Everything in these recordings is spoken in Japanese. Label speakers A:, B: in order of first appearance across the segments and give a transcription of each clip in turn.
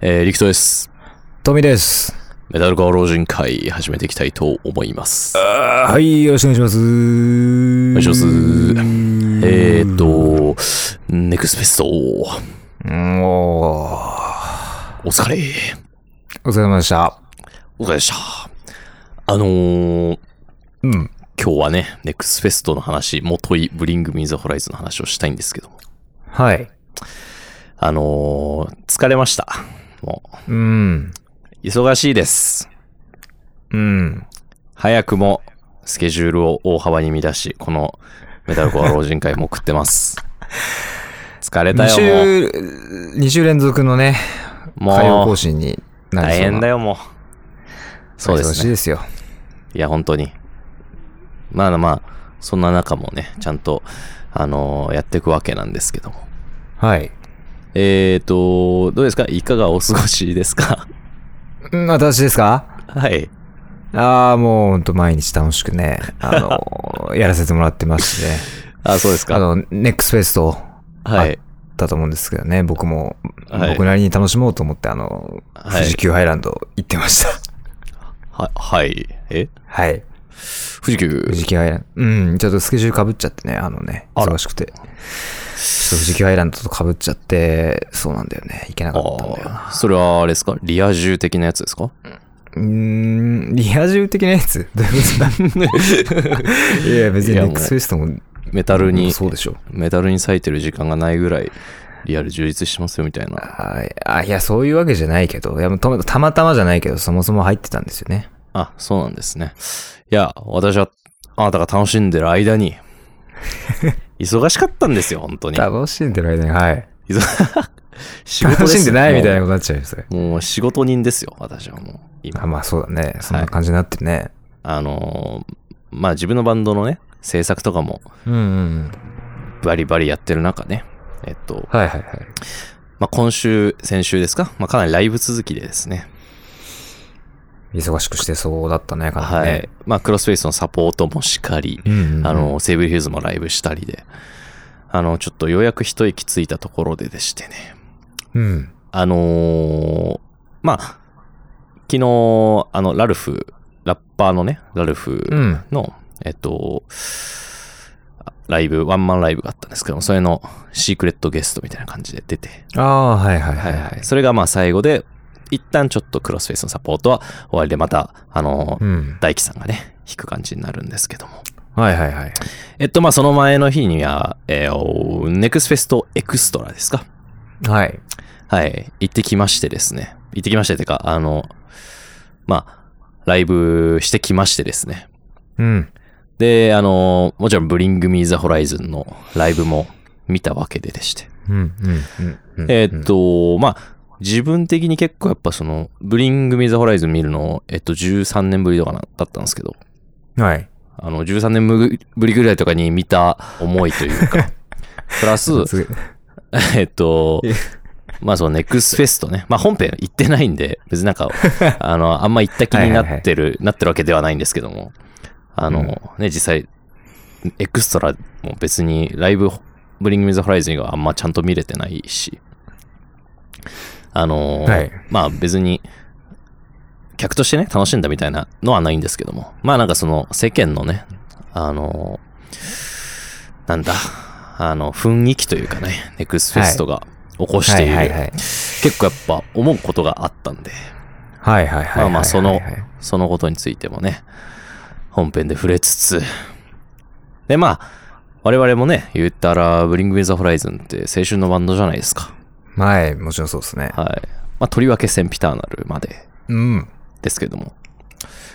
A: えー、リクトです。
B: トミです。
A: メタルコア老人会始めていきたいと思います。
B: はい、よろしくお願いします。お願
A: いしますえーっと、ネクスフェスト、お
B: うん、おー
A: 疲れ。
B: お疲れ様でした。
A: お疲れでした。あのー、
B: うん。
A: 今日はね、ネクスフェストの話、もとい、ブリング・ミー・ザ・ホライズの話をしたいんですけども、
B: はい。
A: あのー、疲れました。も
B: うん。
A: う、忙しいです。
B: うん。
A: 早くも、スケジュールを大幅に乱し、このメタルコア老人会も食って ます。疲れ
B: 2
A: たよ、
B: 週、2週連続のね、
A: もう。
B: 火曜
A: もう
B: 更、新になり
A: 大
B: そうな
A: 変だよ、もう。そうです
B: 忙し
A: ね
B: い。ですよ。
A: いや、本当に。まあまあ、そんな中もね、ちゃんと、あのーやっていくわけなんですけども。
B: はい。
A: えーと、どうですかいかがお過ごしです か
B: うん、私ですか
A: はい。
B: ああ、もうほんと毎日楽しくね、あ の、やらせてもらってますね。
A: あ、そうです
B: あ
A: か。
B: の、ネックスフェスト
A: はい。
B: だと思うんですけどね、僕も、
A: はい
B: 僕なりに楽しもうと思って、あの、
A: はい
B: 富士急ハイランド行ってました。
A: は、はい。え
B: はい。
A: 富士急
B: 富士急ハイランド。うん、ちょっとスケジュール被っちゃってね、あのね、
A: あら
B: 忙しくて。ちょっと富士急ハイランドと被っちゃって、そうなんだよね、行けなかったんだよな。
A: あーそれはあれですかリア充的なやつです か
B: うーん、リア充的なやつ どういうことだいや、別
A: い
B: に
A: や
B: ネ
A: もう
B: ックスフェストも、
A: メタルに、
B: そうでしょ。
A: メタルに割いてる時間がないぐらい、リアル充実してますよ、みたいな。
B: あいあ、いや、そういうわけじゃないけど、いやもうとたまたまじゃないけど、そもそも入ってたんですよね。
A: あ、そうなんですね。いや、私は、あなたが楽しんでる間 に、忙しかったんですよ、本当に。
B: 楽しんでる間 に、はい。
A: 忙 仕事
B: 楽
A: です
B: しんでないみたい
A: も
B: なことになっちゃうよ、それ。
A: う。もう仕事人ですよ、私はもう。今。
B: あまあそうだね。そんな感じになってるね。
A: あのーまあ自分のバンドのね、制作とかも
B: うんうん。
A: バリバリやってる中ね、えっと、
B: はいはいはい。
A: まあ今週、先週ですか、まあかなりライブ続きでですね、
B: 忙しくしてそうだったね、かな
A: は
B: り
A: い。
B: ね。
A: まあクロスフェイスのサポートもしかり、
B: うんうんうん
A: あの、セーブリーヒューズもライブしたりで、あの、ちょっとようやく一息ついたところででしてね、
B: うん。
A: あのーまあ、昨日、あの、ラルフ、ラッパーのね、ラル
B: う
A: フ
B: ん。
A: の、えっと、あライブ、ワンマンライブがあったんですけども、それのシークレットゲストみたいな感じで出て、
B: ああ、はいはい
A: は
B: はいい
A: は。
B: はいい。
A: それがまあ最後で、一旦ちょっとクロスフェイスのサポートは終わりで、また、あのー
B: うん。
A: 大輝さんがね、弾く感じになるんですけども。
B: はいはいはい。
A: えっと、まあ、その前の日には、えーおーネクスフェストエクストラですか
B: はい。
A: はい、行ってきましてですね。行ってきましてってか、あの、まあ、ライブしてきましてですね。
B: うん。
A: で、あの、もちろん、ブリング・ミー・ザ・ホライズンのライブも見たわけででして。
B: うんうんうんうん。
A: えーっと、まあ、自分的に結構やっぱその、ブリング・ミー・ザ・ホライズン見るの、えっと、13年ぶりとかなだったんですけど、
B: うん。はい。
A: あの、13年ぶりぐらいとかに見た思いという か、プラス、
B: 次
A: えっと
B: え、
A: まあそのネクスフェストね。まあ本編行ってないんで、別になん か、あの、あんま行った気になってる、なってるわけではないんですけども。あの、
B: うん
A: ね、実際、エクストラも別にライブ、ブリング・ミズ・ホライズンがあんまちゃんと見れてないし、あの、
B: はい
A: まあ別に、客としてね、楽しんだみたいなのはないんですけども。まあなんかその世間のね、あの、なんだ、あの、雰囲気というかね、ネクスフェストが起こしている、
B: はいはいはい。
A: 結構やっぱ思うことがあったんで、
B: はいはいはいはい。
A: まあまあその
B: はいはい
A: そのことについてもね、本編で触れつつ、でまあ、我々もね、言ったら、ブリング・ウィザ・ホライズンって青春のバンドじゃないですか。
B: はい、もちろんそうですね。
A: はい。まあ、とりわけセンピターナルまで
B: うん。
A: ですけども。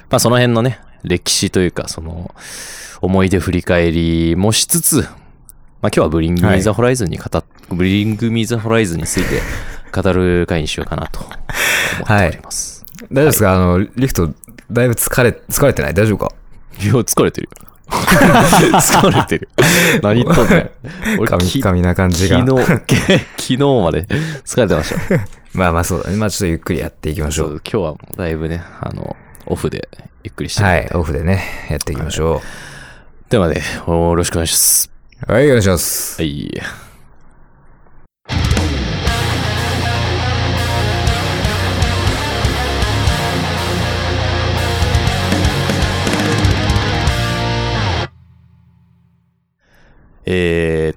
A: まあ、その辺のね、歴史というか、その、思い出振り返りもしつつ、まあ、今日はブリング・ミー・ザ・ホライズンに語っ、ブリング・ミー・ザ・ホライズンについて語る回にしようかなと思っております。
B: 大丈夫ですかあの、リフト、だいぶ疲れ、疲れてない大丈夫か
A: い、や、疲れてる よ。疲れてる。何言ったんだよ。俺、
B: カ
A: き
B: ミカミな感じ
A: 昨
B: が。
A: 日、 け昨日まで疲れてました。
B: まあまあそうだね。まあちょっとゆっくりやっていきまし
A: そ
B: ょ
A: う
B: う。
A: 今日はもうだいぶね、あの、オフでゆっくりしてる。
B: はい、オフでね、やっていきましょ
A: ではね、よろしくお願いします。
B: う。はい、お願いします。
A: はい。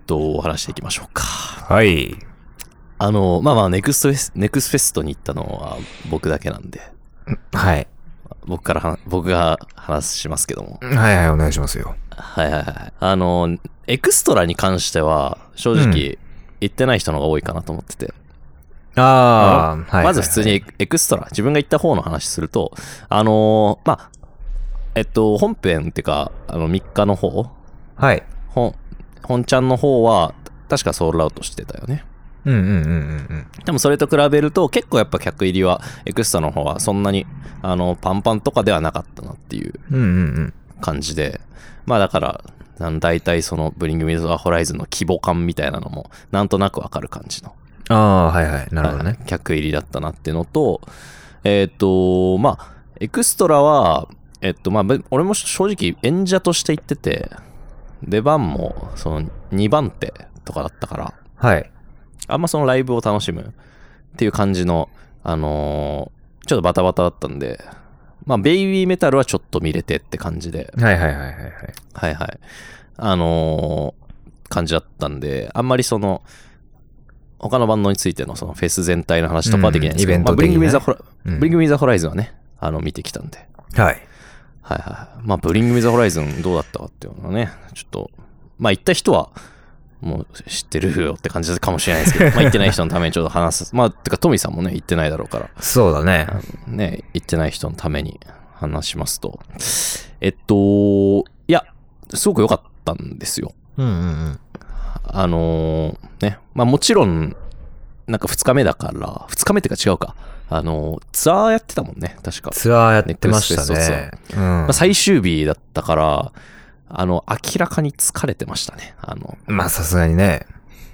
A: 動を話していきましょうか。
B: はい。
A: あの、まあまあ、ネクストフェス、ネクストフェストに行ったのは僕だけなんで、
B: はい。
A: 僕からは、僕が話しますけども。
B: はいはい、お願いしますよ。
A: はいはいはい。あの、エクストラに関しては、正直、行ってない人の方が多いかなと思ってて。
B: ああ、はい。
A: まず普通。にエクストラ、自分が行った方の話すると、あのーまあ、えっと、本編っていうか、あの、3日の方、
B: はい。
A: 本、本ちゃんの方は、確かソールアウトしてたよね。
B: うんうんうんうん
A: でもそれと比べると、結構やっぱ客入りは、エクストラの方はそんなに、あの、パンパンとかではなかったなっていう
B: うん。うんうんうん。
A: 感じで、まあだから、なん大体その、ブリング・ミズ・ア・ホライズンの規模感みたいなのも、なんとなくわかる感じの。
B: ああ、はいはい。なるほどね
A: は。い客入りだったなっていうのと、えっ、と、まあ、エクストラは、えっと、まあ、ぶ俺も正直演者として行ってて、出番も、その、2番手とかだったから、
B: はい。
A: あんまそのライブを楽しむっていう感じの、あのーちょっとバタバタだったんで、まあ、ベイビーメタルはちょっと見れてって感じで、
B: はいはいはいはいはい。
A: はいはい。あのー感じだったんで、あんまりその、他のバンドについてのそのフェス全体の話とかはできないんですけど、
B: うんイベン
A: まあ、
B: ト
A: ブ
B: 的
A: リング・
B: に
A: ミ
B: ね
A: ザ・ホラ、
B: うん
A: ブリング・ミザ・ホライズンはね、あの、見てきたんで。
B: はい。
A: はいはい。まあ、ブリング・ミザ・ホライズンどうだったかっていうのはね、ちょっと、まあ、行った人は、もう知ってるよって感じかもしれないですけど、まあ、行ってない人のためにちょっと話す。まあ、てか、トミーさんもね、行ってないだろうから、
B: そうだね。
A: ね、行ってない人のために話しますと。えっと、いや、すごく良かったんですよ。
B: うんうんうん。
A: あのーね、まあもちろん、なんか2日目だから、2日目っていうか違うか、あのーツアーやってたもんね、確か。
B: ツアーやってましたね。うん。
A: まあ、最終日だったから、あの、明らかに疲れてましたね。あの、
B: まあさすがにね。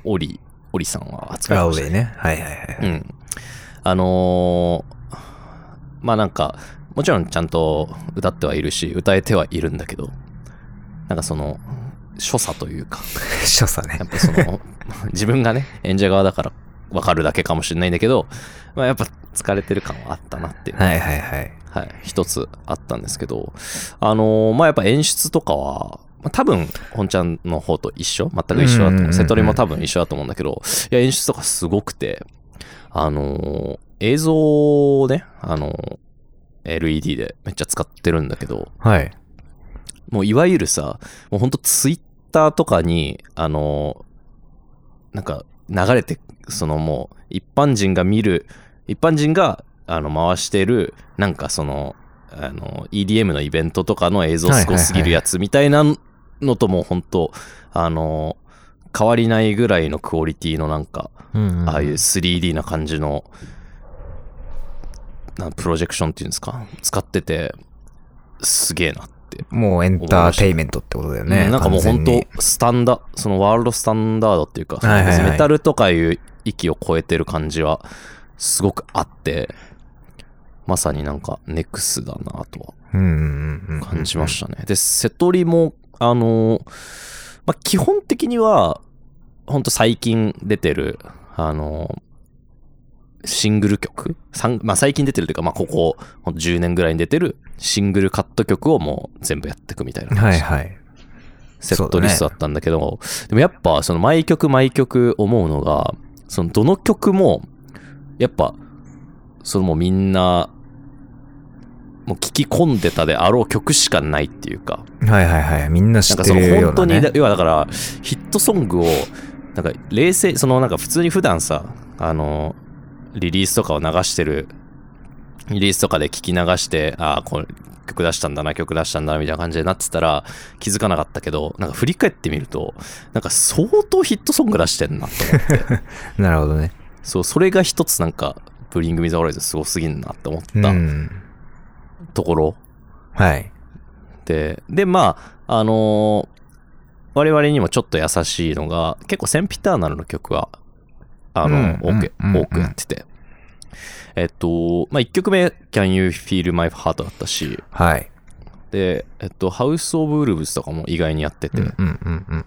A: オリ、オリさんは疲れ
B: ラ
A: て
B: ウ
A: ました
B: ェイね。はいはいはい。
A: うん。あのーまあなんか、もちろんちゃんと歌ってはいるし、歌えてはいるんだけど、なんかその、所作というか、
B: 所作ね
A: や。っぱその、 自分がね、演者側だから分かるだけかもしれないんだけど、まあやっぱ疲れてる感はあったなっていうのは、
B: はいはいはい。
A: はい、一つあったんですけど、あのーまあやっぱ演出とかは、まあ、多分、本ちゃんの方と一緒全く一緒だと
B: うんうんうん
A: 思
B: う
A: う。
B: ん
A: 瀬戸りも多分一緒だと思うんだけど、いや、演出とかすごくて、あのー映像をね、あのー LED でめっちゃ使ってるんだけど、
B: はい。
A: もういわゆるさ、もうほんとツイッターとかに、あの、なんか流れて、そのもう一般人が見る、一般人があの回してる、なんかその、あの、EDM のイベントとかの映像
B: はい
A: す
B: は
A: ご
B: いはい
A: すぎるやつみたいなのともうほんと、あの、変わりないぐらいのクオリティのなんか、
B: うん
A: ああいう 3D な感じの、なプロジェクションっていうんですか、使ってて、すげえなって
B: もうエンターテイメントってことだよね。
A: うんなんかもう本
B: 完全に
A: 当スタンダそのワールドスタンダードっていうか、
B: はいはいはい
A: メタルとかいう域を超えてる感じはすごくあってまさになんかネクスだなとは
B: うんうんうんうん。
A: 感じましたね、で瀬戸りもあのーまあ、基本的にはほんと最近出てるあのーシングル曲、三まあ、最近出てるというか、まあ、ここほんと10年ぐらいに出てるシングルカット曲をもう全部やっていくみたいな感
B: は
A: じ
B: いはい。
A: セットリストだったんだけども、でもやっぱその毎曲毎曲思うのが、そのどの曲も、やっぱ、そのもうみんな、もう聞き込んでたであろう曲しかないっていうか、
B: はいはいはい。みんな
A: なん
B: 知
A: か
B: って
A: その
B: るよ
A: 本
B: う
A: 当
B: な
A: に、
B: ね。
A: 要はだからヒットソングを、なんか冷静、そのなんか普通に普段さ、あの、リリースとかを流してる、リリースとかで聞き流して、ああ、これ曲出したんだな、曲出したんだな、みたいな感じになってたら気づかなかったけど、なんか振り返ってみると、なんか相当ヒットソング出してんなと思って。
B: なるほどね。
A: そう、それが一つなんか、ブリング・ミザ・オライズすごすぎんなって思っ
B: う
A: た
B: ん。
A: ところ。
B: はい。
A: で、で、まあ、あのー我々にもちょっと優しいのが、結構センピターナルの曲は、あの、
B: うん
A: 多く
B: うん
A: 多くやってて。えっと、まあ、1曲目、Can You Feel My Heart だったし、
B: はい。
A: で、えっと、House of Wolves とかも意外にやってて、
B: うんうんうんうん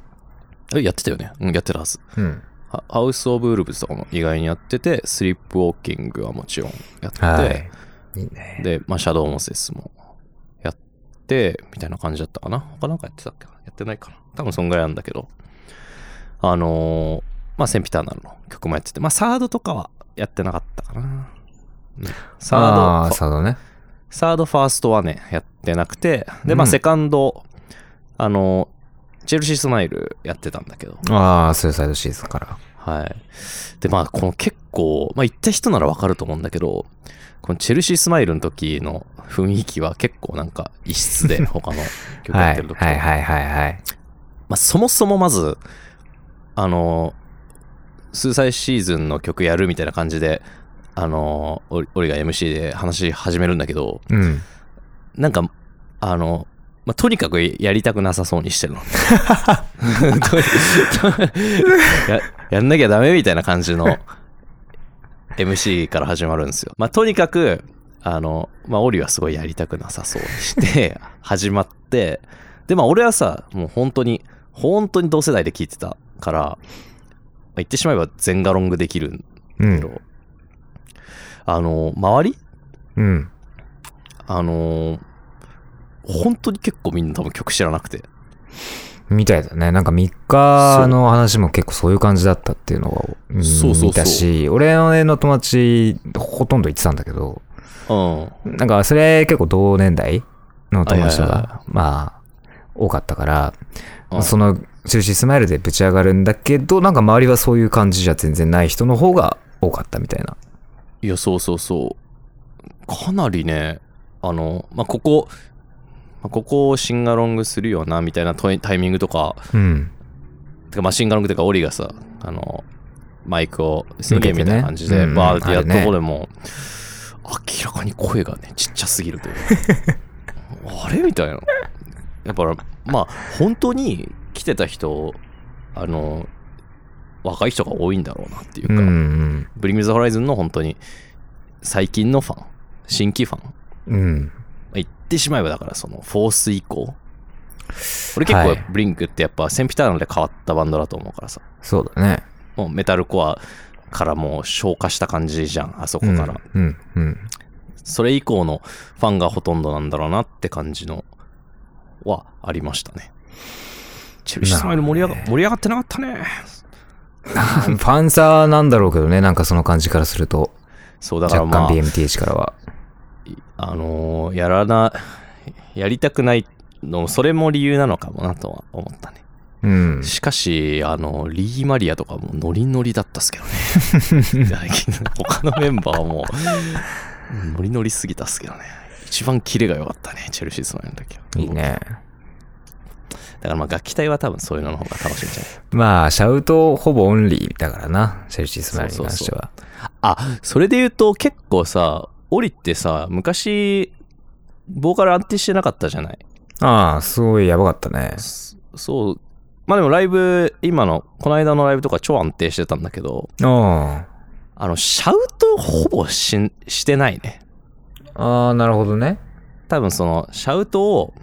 A: えやってたよね。うん、やってたはず。
B: うん。
A: ハハウス・オブ・ウルブズとかも意外にやってて、スリップ・ウォーキングはもちろんやってて、
B: はい。いいね。
A: で、まあ、シャドウモセスもやって、みたいな感じだったかな。他なんかやってたっけなやってないかな。多分そんぐらいなんだけど。あのーまあ、センピターナルの曲もやってて、まあ、サードとかはやってなかったかな。うんサ
B: あ
A: ー
B: あ
A: ド、
B: サードね。
A: サード、ファーストはね、やってなくて、で、まあ、
B: うん
A: セカンド、あの、チェルシースマイルやってたんだけど、
B: ああ、スーサイドシーズンから。
A: はい。で、まあ、この結構、まあ、行った人ならわかると思うんだけど、このチェルシースマイルの時の雰囲気は結構なんか異質 で、他の曲や
B: は
A: っ
B: い、
A: てる時と。
B: はいはいはいはい。
A: まあ、そもそもまず、あの、数歳シーズンの曲やるみたいな感じで、あの、俺俺が MC で話し始めるんだけど、
B: うん。
A: なんか、あの、まあ、とにかくやりたくなさそうにして るの。とにややんなきゃダメみたいな感じの MC から始まるんですよ。まあ、とにかく、あの、まあ、オリはすごいやりたくなさそうに して、始まって、で、まあ、俺はさ、もう本当に、本当に同世代で聞いてたから、まあ言ってしまえば全ガロングできるんだ
B: う
A: けど、
B: ん。
A: あの、周り
B: うん。
A: あのー本当に結構みんな多分曲知らなくて。
B: みたいだね。なんか3日の話も結構そういう感じだったっていうのをうん
A: そうそうそう
B: 見たし、俺のねの友達ほとんど行ってたんだけど、
A: うん。
B: なんかそれ結構同年代の友達と
A: はいはい
B: か、まあ、多かったから、
A: うん
B: その中止スマイルでぶち上がるんだけど、なんか周りはそういう感じじゃ全然ない人の方が多かったみたいな。
A: いや、そうそうそう。かなりね、あの、まあ、ここ、まあここをシンガロングするよな、みたいなトイタイミングとか、
B: うん。
A: てか、まあ、シンガロングとか、オリがさ、あの、マイクをすげえ
B: 向
A: み
B: けてね
A: たいな感じで、
B: うん
A: バーってやっ
B: ある
A: た
B: ね
A: とこでも、明らかに声がね、ちっちゃすぎると いうか。あれみたいな。だから、まあ、本当に来てた人、あの、若い人が多いんだろうなっていうか、
B: うんうん。
A: ブリング・ザ・ホライズンの本当に最近のファン、新規ファン、
B: うん。
A: 言ってしまえばだからそのフォース以降俺結
B: は
A: 構
B: い
A: ブリンクってやっぱセンピターナで変わったバンドだと思うからさ
B: そうだね。
A: もうメタルコアからもう消化した感じじゃんあそこ
B: うん
A: から、
B: うん。うん。
A: それ以降のファンがほとんどなんだろうなって感じのはありましたねチェルシースマイル盛り上が,、盛り上がってなかったね
B: ファンサーなんだろうけどね、なんかその感じからすると、
A: そうだから
B: 若
A: ま
B: 干
A: あ
B: BMTH からは。
A: あのーやらなやりたくないのそれも理由なのかもなとは思ったね
B: うん。
A: しかし、あの、リー・マリアとかもノリノリだったっすけど ね。最近他のメンバーも、ノリノリすぎたっすけどね。一番キレが良かったね、チェルシースマイルの時は。
B: いいね。
A: だからまあ楽器隊は多分そういうのの方が楽しみじゃない。
B: まあ、シャウトほぼオンリーだからな、チェルシー・スマイルに関しては。
A: あ、それで言うと結構さ、オリってさ、昔、ボーカル安定してなかったじゃない。
B: ああ、すごいやばかったね。
A: そそう。まあでもライブ、今の、この間のライブとか超安定してたんだけど、
B: あ
A: あの、シャウトほぼしんしてないね。
B: あ、ああ、なるほどね。
A: 多分そのシャウトを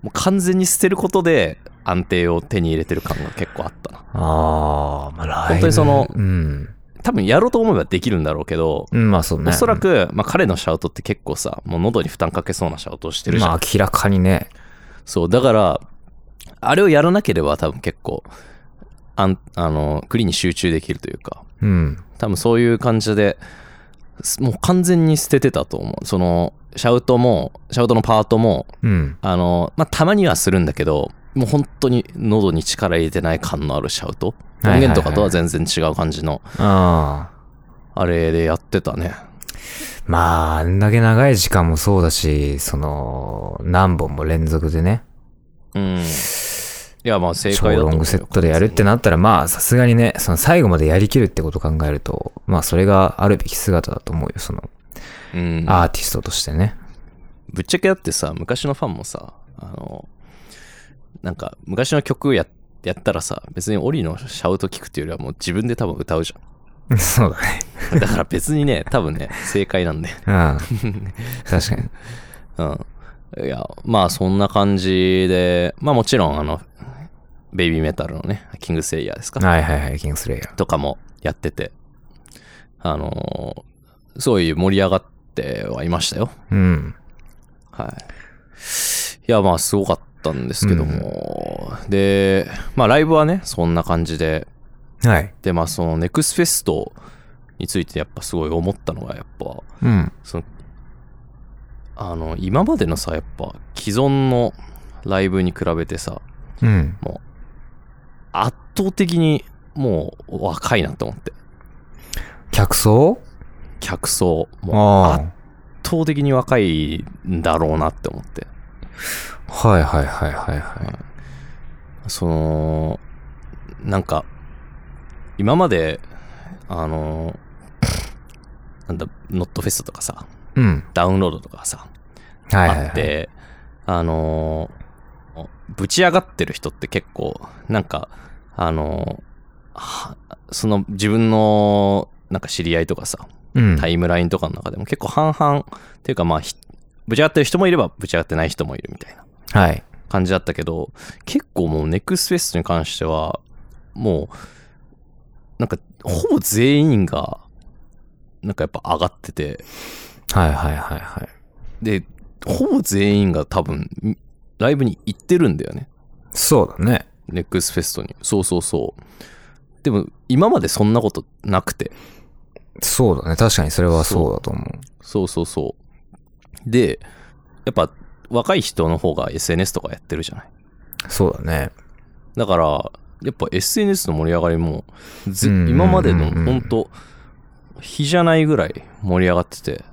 A: もう完全に捨てることで安定を手に入れてる感が結構あったな
B: ああ、まあ、ライブ
A: 本当にその
B: うん。
A: 多分やろうと思えばできるんだろうけど、
B: うんまあ、そうね。
A: おそら、く、まあ、彼のシャウトって結構さもう喉に負担かけそうなシャウトをしてるじゃん、
B: まあ、明らかにね。
A: そうだからあれをやらなければ多分結構あんあのクリに集中できるというか
B: うん。
A: 多分そういう感じですもう完全に捨ててたと思うそのシャウトもシャウトのパートも
B: うん。
A: あの、まあ、たまにはするんだけど、もう本当に喉に力入れてない感のあるシャウト。
B: い
A: 音
B: はいはい
A: 源とかとは全然違う感じの、
B: ああ。
A: あれでやってたね。
B: まあ、あんだけ長い時間もそうだし、その、何本も連続でね、
A: うん。いや、まあ正
B: 超
A: 解だと
B: ロ
A: 思うよ
B: ングセットでやるってなったら、まあ、さすがにね、その最後までやりきるってことを考えると、まあ、それがあるべき姿だと思うよ、その、
A: うん。
B: アーティストとしてね。
A: ぶっちゃけだってさ、昔のファンもさ、あの、なんか昔の曲ややったらさ、別にオリのシャウト聞くっていうよりはもう自分で多分歌うじ
B: そうだね。
A: ゃん。だから別にね、多分ね、正解なんだよね。
B: うん。確かに。
A: うん。いや、まあそんな感じで、まあもちろんあの、ベイビーメタルのね、キングスレイヤーですか、
B: はいはいはい、キングスレイヤー。
A: とかもやってて、あのーすごい盛り上がってはいましたよ。
B: うん。
A: はい。いや、まあすごかったんですけども、で、まあライブはね、そんな感じで、
B: はい。
A: で、まあそのネクスフェストについてやっぱすごい思ったのが、やっぱ、
B: うん。
A: あの、今までのさ、やっぱ既存のライブに比べてさ、
B: うん。
A: 圧倒的にもう若いなと思って。
B: 客層
A: 客層、もう
B: あ
A: 圧倒的に若いんだろうなって思って。
B: あ。はいはいはいはいはい。
A: その、なんか、今まで、あの、なんだ、ノットフェストとかさ、
B: うん。
A: ダウンロードとかさ、
B: はいはい、はい。
A: あって、あのーぶち上がってる人って結構、なんか、あのーはその自分の、なんか知り合いとかさ、
B: うん。
A: タイムラインとかの中でも結構半々、っていうかまあ、ひぶち上がってる人もいれば、ぶち上がってない人もいるみたいな
B: はい。
A: 感じだったけど、結構もうネクスフェストに関しては、もう、なんか、ほぼ全員が、なんかやっぱ上がってて、
B: はいはいはいはい。
A: で、ほぼ全員が多分、んライブに行ってるんだよね。
B: そうだね。
A: ネックスフェストに。そうそうそう。でも、今までそんなことなくて。
B: そうだね。確かにそれはそうだと思う。
A: そうそうそう。で、やっぱ、若い人の方が SNS とかやってるじゃない。
B: そうだね。
A: だから、やっぱ SNS の盛り上がりも、ず
B: うんうんうんうん
A: 今までの、ほんと、日じゃないぐらい盛り上がってて。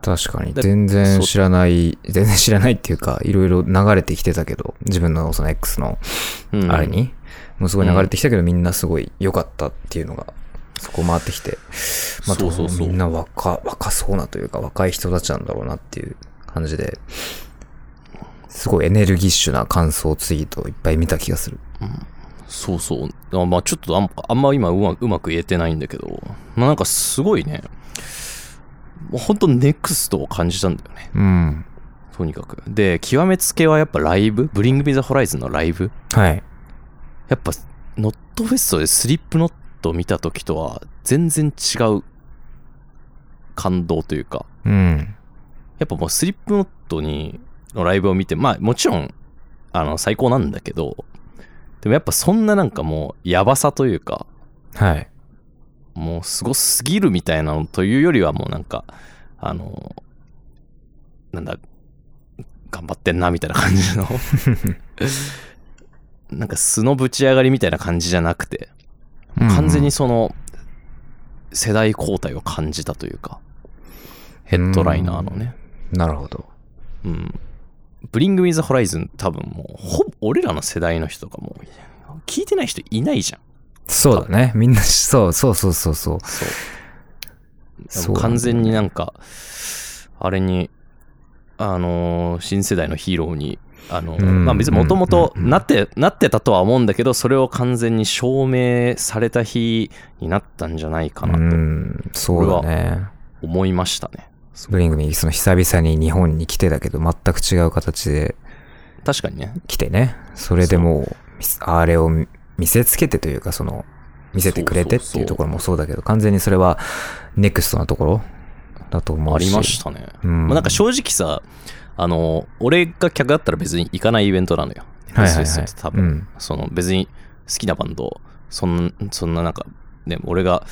B: 確かに。
A: だ
B: 全
A: そ
B: 然
A: う
B: 知らない、全然知らないっていうか、いろいろ流れてきてたけど、自分のその X の
A: うん
B: あれに、もうすごい流れてきたけど、みんなすごい良かったっていうのが、そこ回ってきて、まあ、
A: そうそうそう
B: みんな若、若そうなというか、若い人たちなんだろうなっていう感じで、すごいエネルギッシュな感想ツイートをいっぱい見た気がする。
A: そうそう。あまあちょっとあんあんま今うまうまく言えてないんだけど、まあなんかすごいね、もう本当ネクストを感じたんだよね。
B: うん。
A: とにかく。で、極めつけはやっぱライブ、ブリングビザホライズンのライブ。
B: はい。
A: やっぱ、ノットフェストでスリップノットを見た時とは全然違う感動というか、
B: うん。
A: やっぱもうスリップノットにのライブを見て、まあもちろん、あの、最高なんだけど、でもやっぱそんななんかもう、やばさというか、
B: はい。
A: もうすごすぎるみたいなのというよりはもうなんかあのなんだ頑張ってんなみたいな感じのなんか素のぶち上がりみたいな感じじゃなくて完全にその世代交代を感じたというかヘッドライナーのね
B: うん。なるほど。
A: うんブリング・ウィズ・ホライズン多分もうほぼ俺らの世代の人とかもう聞いてない人いないじゃん
B: そうだね。みんな、そうそうそうそうそう。
A: そう
B: そう
A: 完全になんか、あれに、あのー新世代のヒーローに、あのー
B: うん
A: まあ別にもともと
B: うん
A: なって、なってたとは思うんだけど、それを完全に証明された日になったんじゃないか
B: う
A: なと
B: ん、そうだね。
A: 思いましたね。そう
B: ブリングミー、その久々に日本に来てたけど、全く違う形で
A: 確かにね。
B: 来てね。それでもう、みせあれを見せつけてというか、その、見せてくれてっ
A: そうそう
B: て
A: そ
B: いううところもそうだけど、完全にそれは、ネクストなところだと思
A: あ
B: うし。
A: りましたね。
B: うん
A: まあなんか正直さ、あのー俺が客だったら別に行かないイベントなのよ。
B: はいはい
A: フェス
B: は
A: フェ
B: い
A: スって多。
B: う
A: 分、
B: ん。
A: その別に好きなバンド、そんな、そんななんか、ね、俺が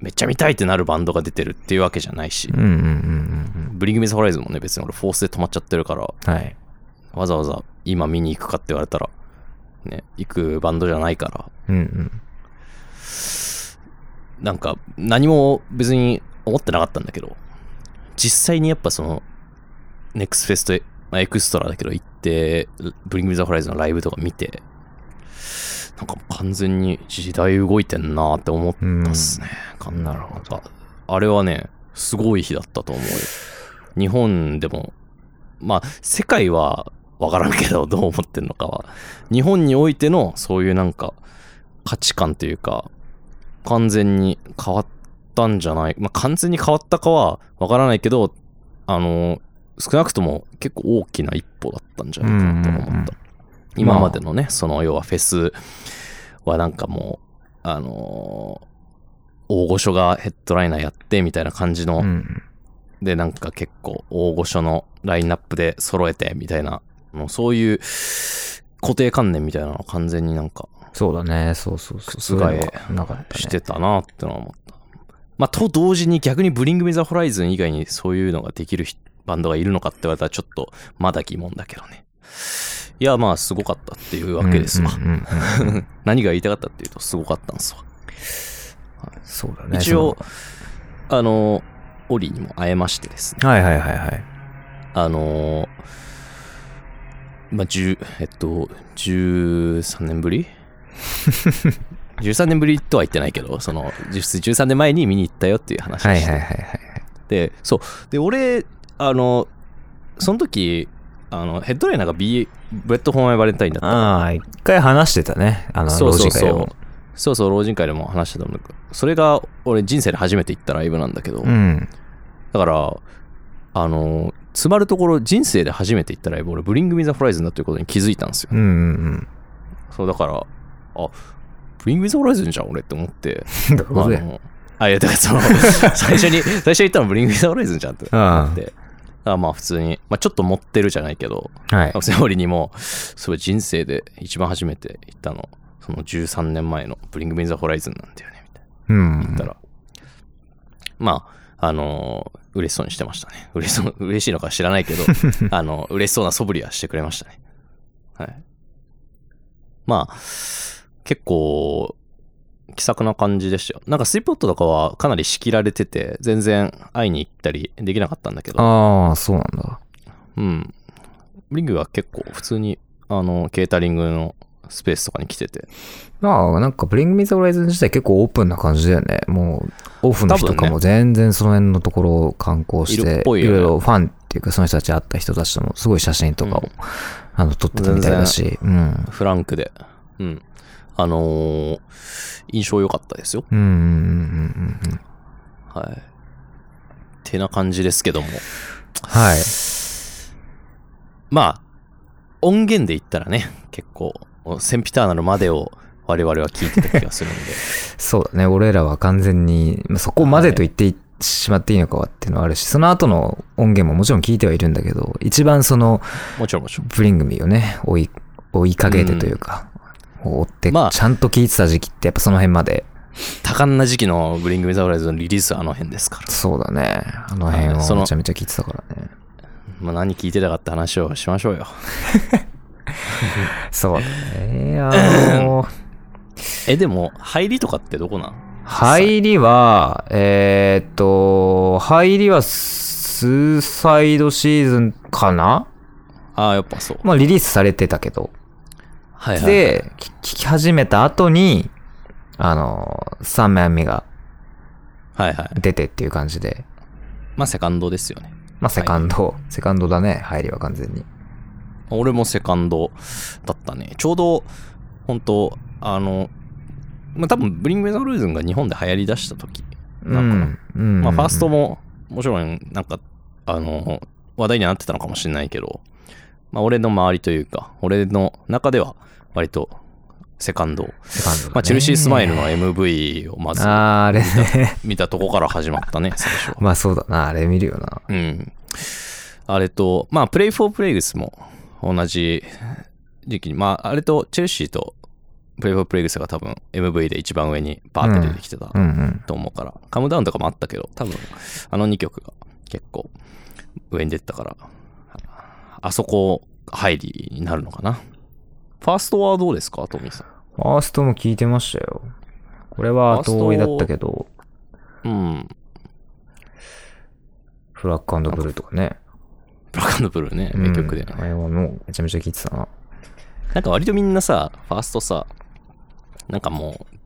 A: めっちゃ見たいってなるバンドが出てるっていうわけじゃないし
B: うん、うんうんうん
A: ブリングミスホライズンもね、別に俺フォースで止まっちゃってるから、
B: うん。はい。
A: わざわざ今見に行くかって言われたら、ね、行くバンドじゃないから、
B: うんうん。
A: なんか何も別に思ってなかったんだけど、実際にやっぱその、ネクスフェスト、まあ、エクストラだけど行って、ブリング・ザ・ホライズンのライブとか見て、なんかもう完全に時代動いてんなーって思ったっすね。
B: んなるほど
A: んかあれはね、すごい日だったと思うよ。日本でも、まあ、世界はわからんけど、どう思ってんのかは。日本においてのそういうなんか価値観というか、完全に変わったんじゃない、まあ、完全に変わったかはわからないけど、あの、少なくとも結構大きな一歩だったんじゃないかなと思った。
B: うんうんうん
A: 今までのね、その要はフェスはなんかもう、あのー大御所がヘッドライナーやってみたいな感じの、
B: うん。
A: でなんか結構大御所のラインナップで揃えてみたいなもうそういう固定観念みたいなのを完全になんか
B: そうだね。そうそうそう。
A: 覆
B: そういうのがなかった、ね。
A: してたなってのは思った。まあ、と同時に逆にブリング・ミザ・ホライズン以外にそういうのができるひバンドがいるのかって言われたらちょっとまだ疑問だけどね。いや、まあ、すごかったっていうわけですわ。
B: うんうんうんうん
A: 何が言いたかったっていうと、すごかったんですわ。
B: そうだね。
A: 一応あの、オリにも会えましてですね。
B: その。はいはいはいはい。
A: あのーまあ、10、えっと、13年ぶ り ?13 年ぶりとは言ってないけど、その、実質13年前に見に行ったよっていう話を
B: はい
A: して
B: はいはいはい。
A: で、そう。で、俺、あの、その時、あの、ヘッドライナーが B、ブレッド・ホーマイ・バレンタインだった。
B: ああ、一回話してたね。あの、
A: そうそう
B: 老人会
A: そ
B: でも
A: う。そうそう、老人会でも話してたんだけど、それが俺人生で初めて行ったライブなんだけど、
B: うん。
A: だから、あの、つまるところ人生で初めて行ったライブ、俺、ブリング・ミザ・ホライズンだということに気づいたんですよ。
B: うんうん
A: そう、だから、あ、ブリング・ミザ・ホライズンじゃん、俺って思って。
B: うん。どういうこと
A: あ
B: だよ。
A: のあ、いや、だからその、最初に、最初に行ったのブリング・ミザ・ホライズンじゃんって。
B: あ
A: で、あまあ普通に、まあちょっと持ってるじ ゃないけど、
B: あ。はい。
A: セオリーにも、そう人生で一番初めて行ったの、その13年前のブリング・ミンザ・ホライズンなんだよね、みたいな。
B: うん。
A: 言ったら、まあ、あのー嬉しそうにしてましたね。嬉しそう、嬉しいのか知らないけど、あの、嬉しそうな素振りはしてくれましたね。はい。まあ、結構、気さくな感じでしたよ。なんかスイポットとかはかなり仕切られてて、全然会いに行ったりできなかったんだけど、
B: ああ、そうなんだ。
A: うん。ブリングは結構普通に、あの、ケータリングのスペースとかに来てて。
B: まあ、なんか、ブリング・ミザ・ホライズン自体結構オープンな感じだよね。もう、オフの人とかも全然その辺のところを観光し、
A: いるってぽい
B: い
A: よね
B: ろいろファンっていうか、その人たち会った人たちとも、すごい写真とかを、
A: うん
B: あの、撮ってたみたいだし、うん。
A: フランクで。うん。あのー印象良かったですよ。
B: うんうんうんうんうん。
A: はい。てな感じですけども。
B: はい。
A: まあ、音源で言ったらね、結構、センピターナのまでを我々は聞いてた気がする んで。
B: そうだね。俺らは完全に、まあそこまでと言っていしまっていいのかはっていうのはあるし、その後の音源ももちろん聞いてはいるんだけど、一番その、
A: もちろんもちろん。
B: ブリングミーをね、追い、追いかけてというか、追って、
A: まあ
B: ちゃんと聞いてた時期ってやっぱその辺まで、
A: 多感な時期のブリング・メザ・ライズのリリースはあの辺ですから。
B: そうだね。あの辺
A: はいそ
B: を
A: の
B: めちゃめちゃ聞いてたからね。
A: まあ何聞いてたかって話をしましょうよ。
B: そうだね。あの、
A: え、でも、入りとかってどこなん
B: 入りは、えーっと、入りはスーサイドシーズンかな
A: ああ、やっぱそう。
B: まあリリースされてたけど。
A: はいはい。
B: で、き聞き始めた後に、あの、3枚目が
A: はいはい。
B: 出てっていう感じで、
A: まあ、セカンドですよね。
B: まあセカンド、セカンドだね、入りは完全に。
A: 俺もセカンドだったね。ちょうど、本当あの、まあ、多分、ブリング・メザ・ルーズンが日本で流行り出した時なんか
B: うんうん
A: まあ、ファーストも、もちろん、なんか、あの、話題にはなってたのかもしれないけど、まあ、俺の周りというか、俺の中では、割と、セカンド。
B: セカンドだね
A: まあ、チェルシー・スマイルの MV をまず
B: あーあれね
A: 見たとこから始まったね、最初は。
B: まあそうだなあれ見るよな
A: うん。あれと、まあ、プレイフォープレイグスも同じ時期に、まあ、あれとチェルシーとプレイフォープレイグスが多分 MV で一番上にバーって出てきてた
B: うんうん
A: と思うから、カムダウンとかもあったけど、多分あの2曲が結構上に出てたから、あそこ入りになるのかな。ファーストはどうですか、トミーさ
B: ファーストも聞いてましたよこれは
A: ファースト
B: 後追いだったけど
A: ん。うん。
B: フラッグブルーとかね
A: ブラックブルーね、名曲で、ね
B: うんあれはもうめちゃめちゃ聞いてたな
A: なんか割とみんなさ、ファーストさ、なんかもう、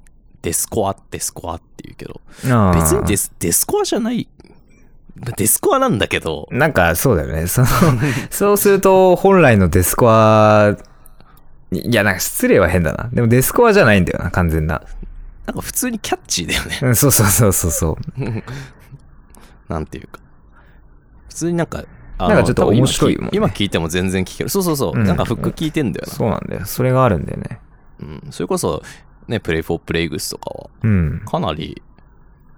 A: デスコア、デスコアって言うけど、
B: あー
A: 別にデスデスコアじゃない、デスコアなんだけど、
B: なんかそうだよね そのそうすると本来のデスコアいやなんか失礼は変だなでもデスコアじゃないんだよな完全な
A: なんか普通にキャッチーだよね。
B: うんそうそうそうそうそう
A: なんていうか。普通になんか、あ
B: なんかちょっと
A: 多分今
B: 面白いもんね
A: 今聞いても全然聞ける。そうそうそう。
B: うん
A: なんかフック聞いてんだよ
B: そうなんだよそれがあるんだよね
A: な。うん。それこそ、ね、プレイフォープレイグスとかは、
B: うん
A: かなり、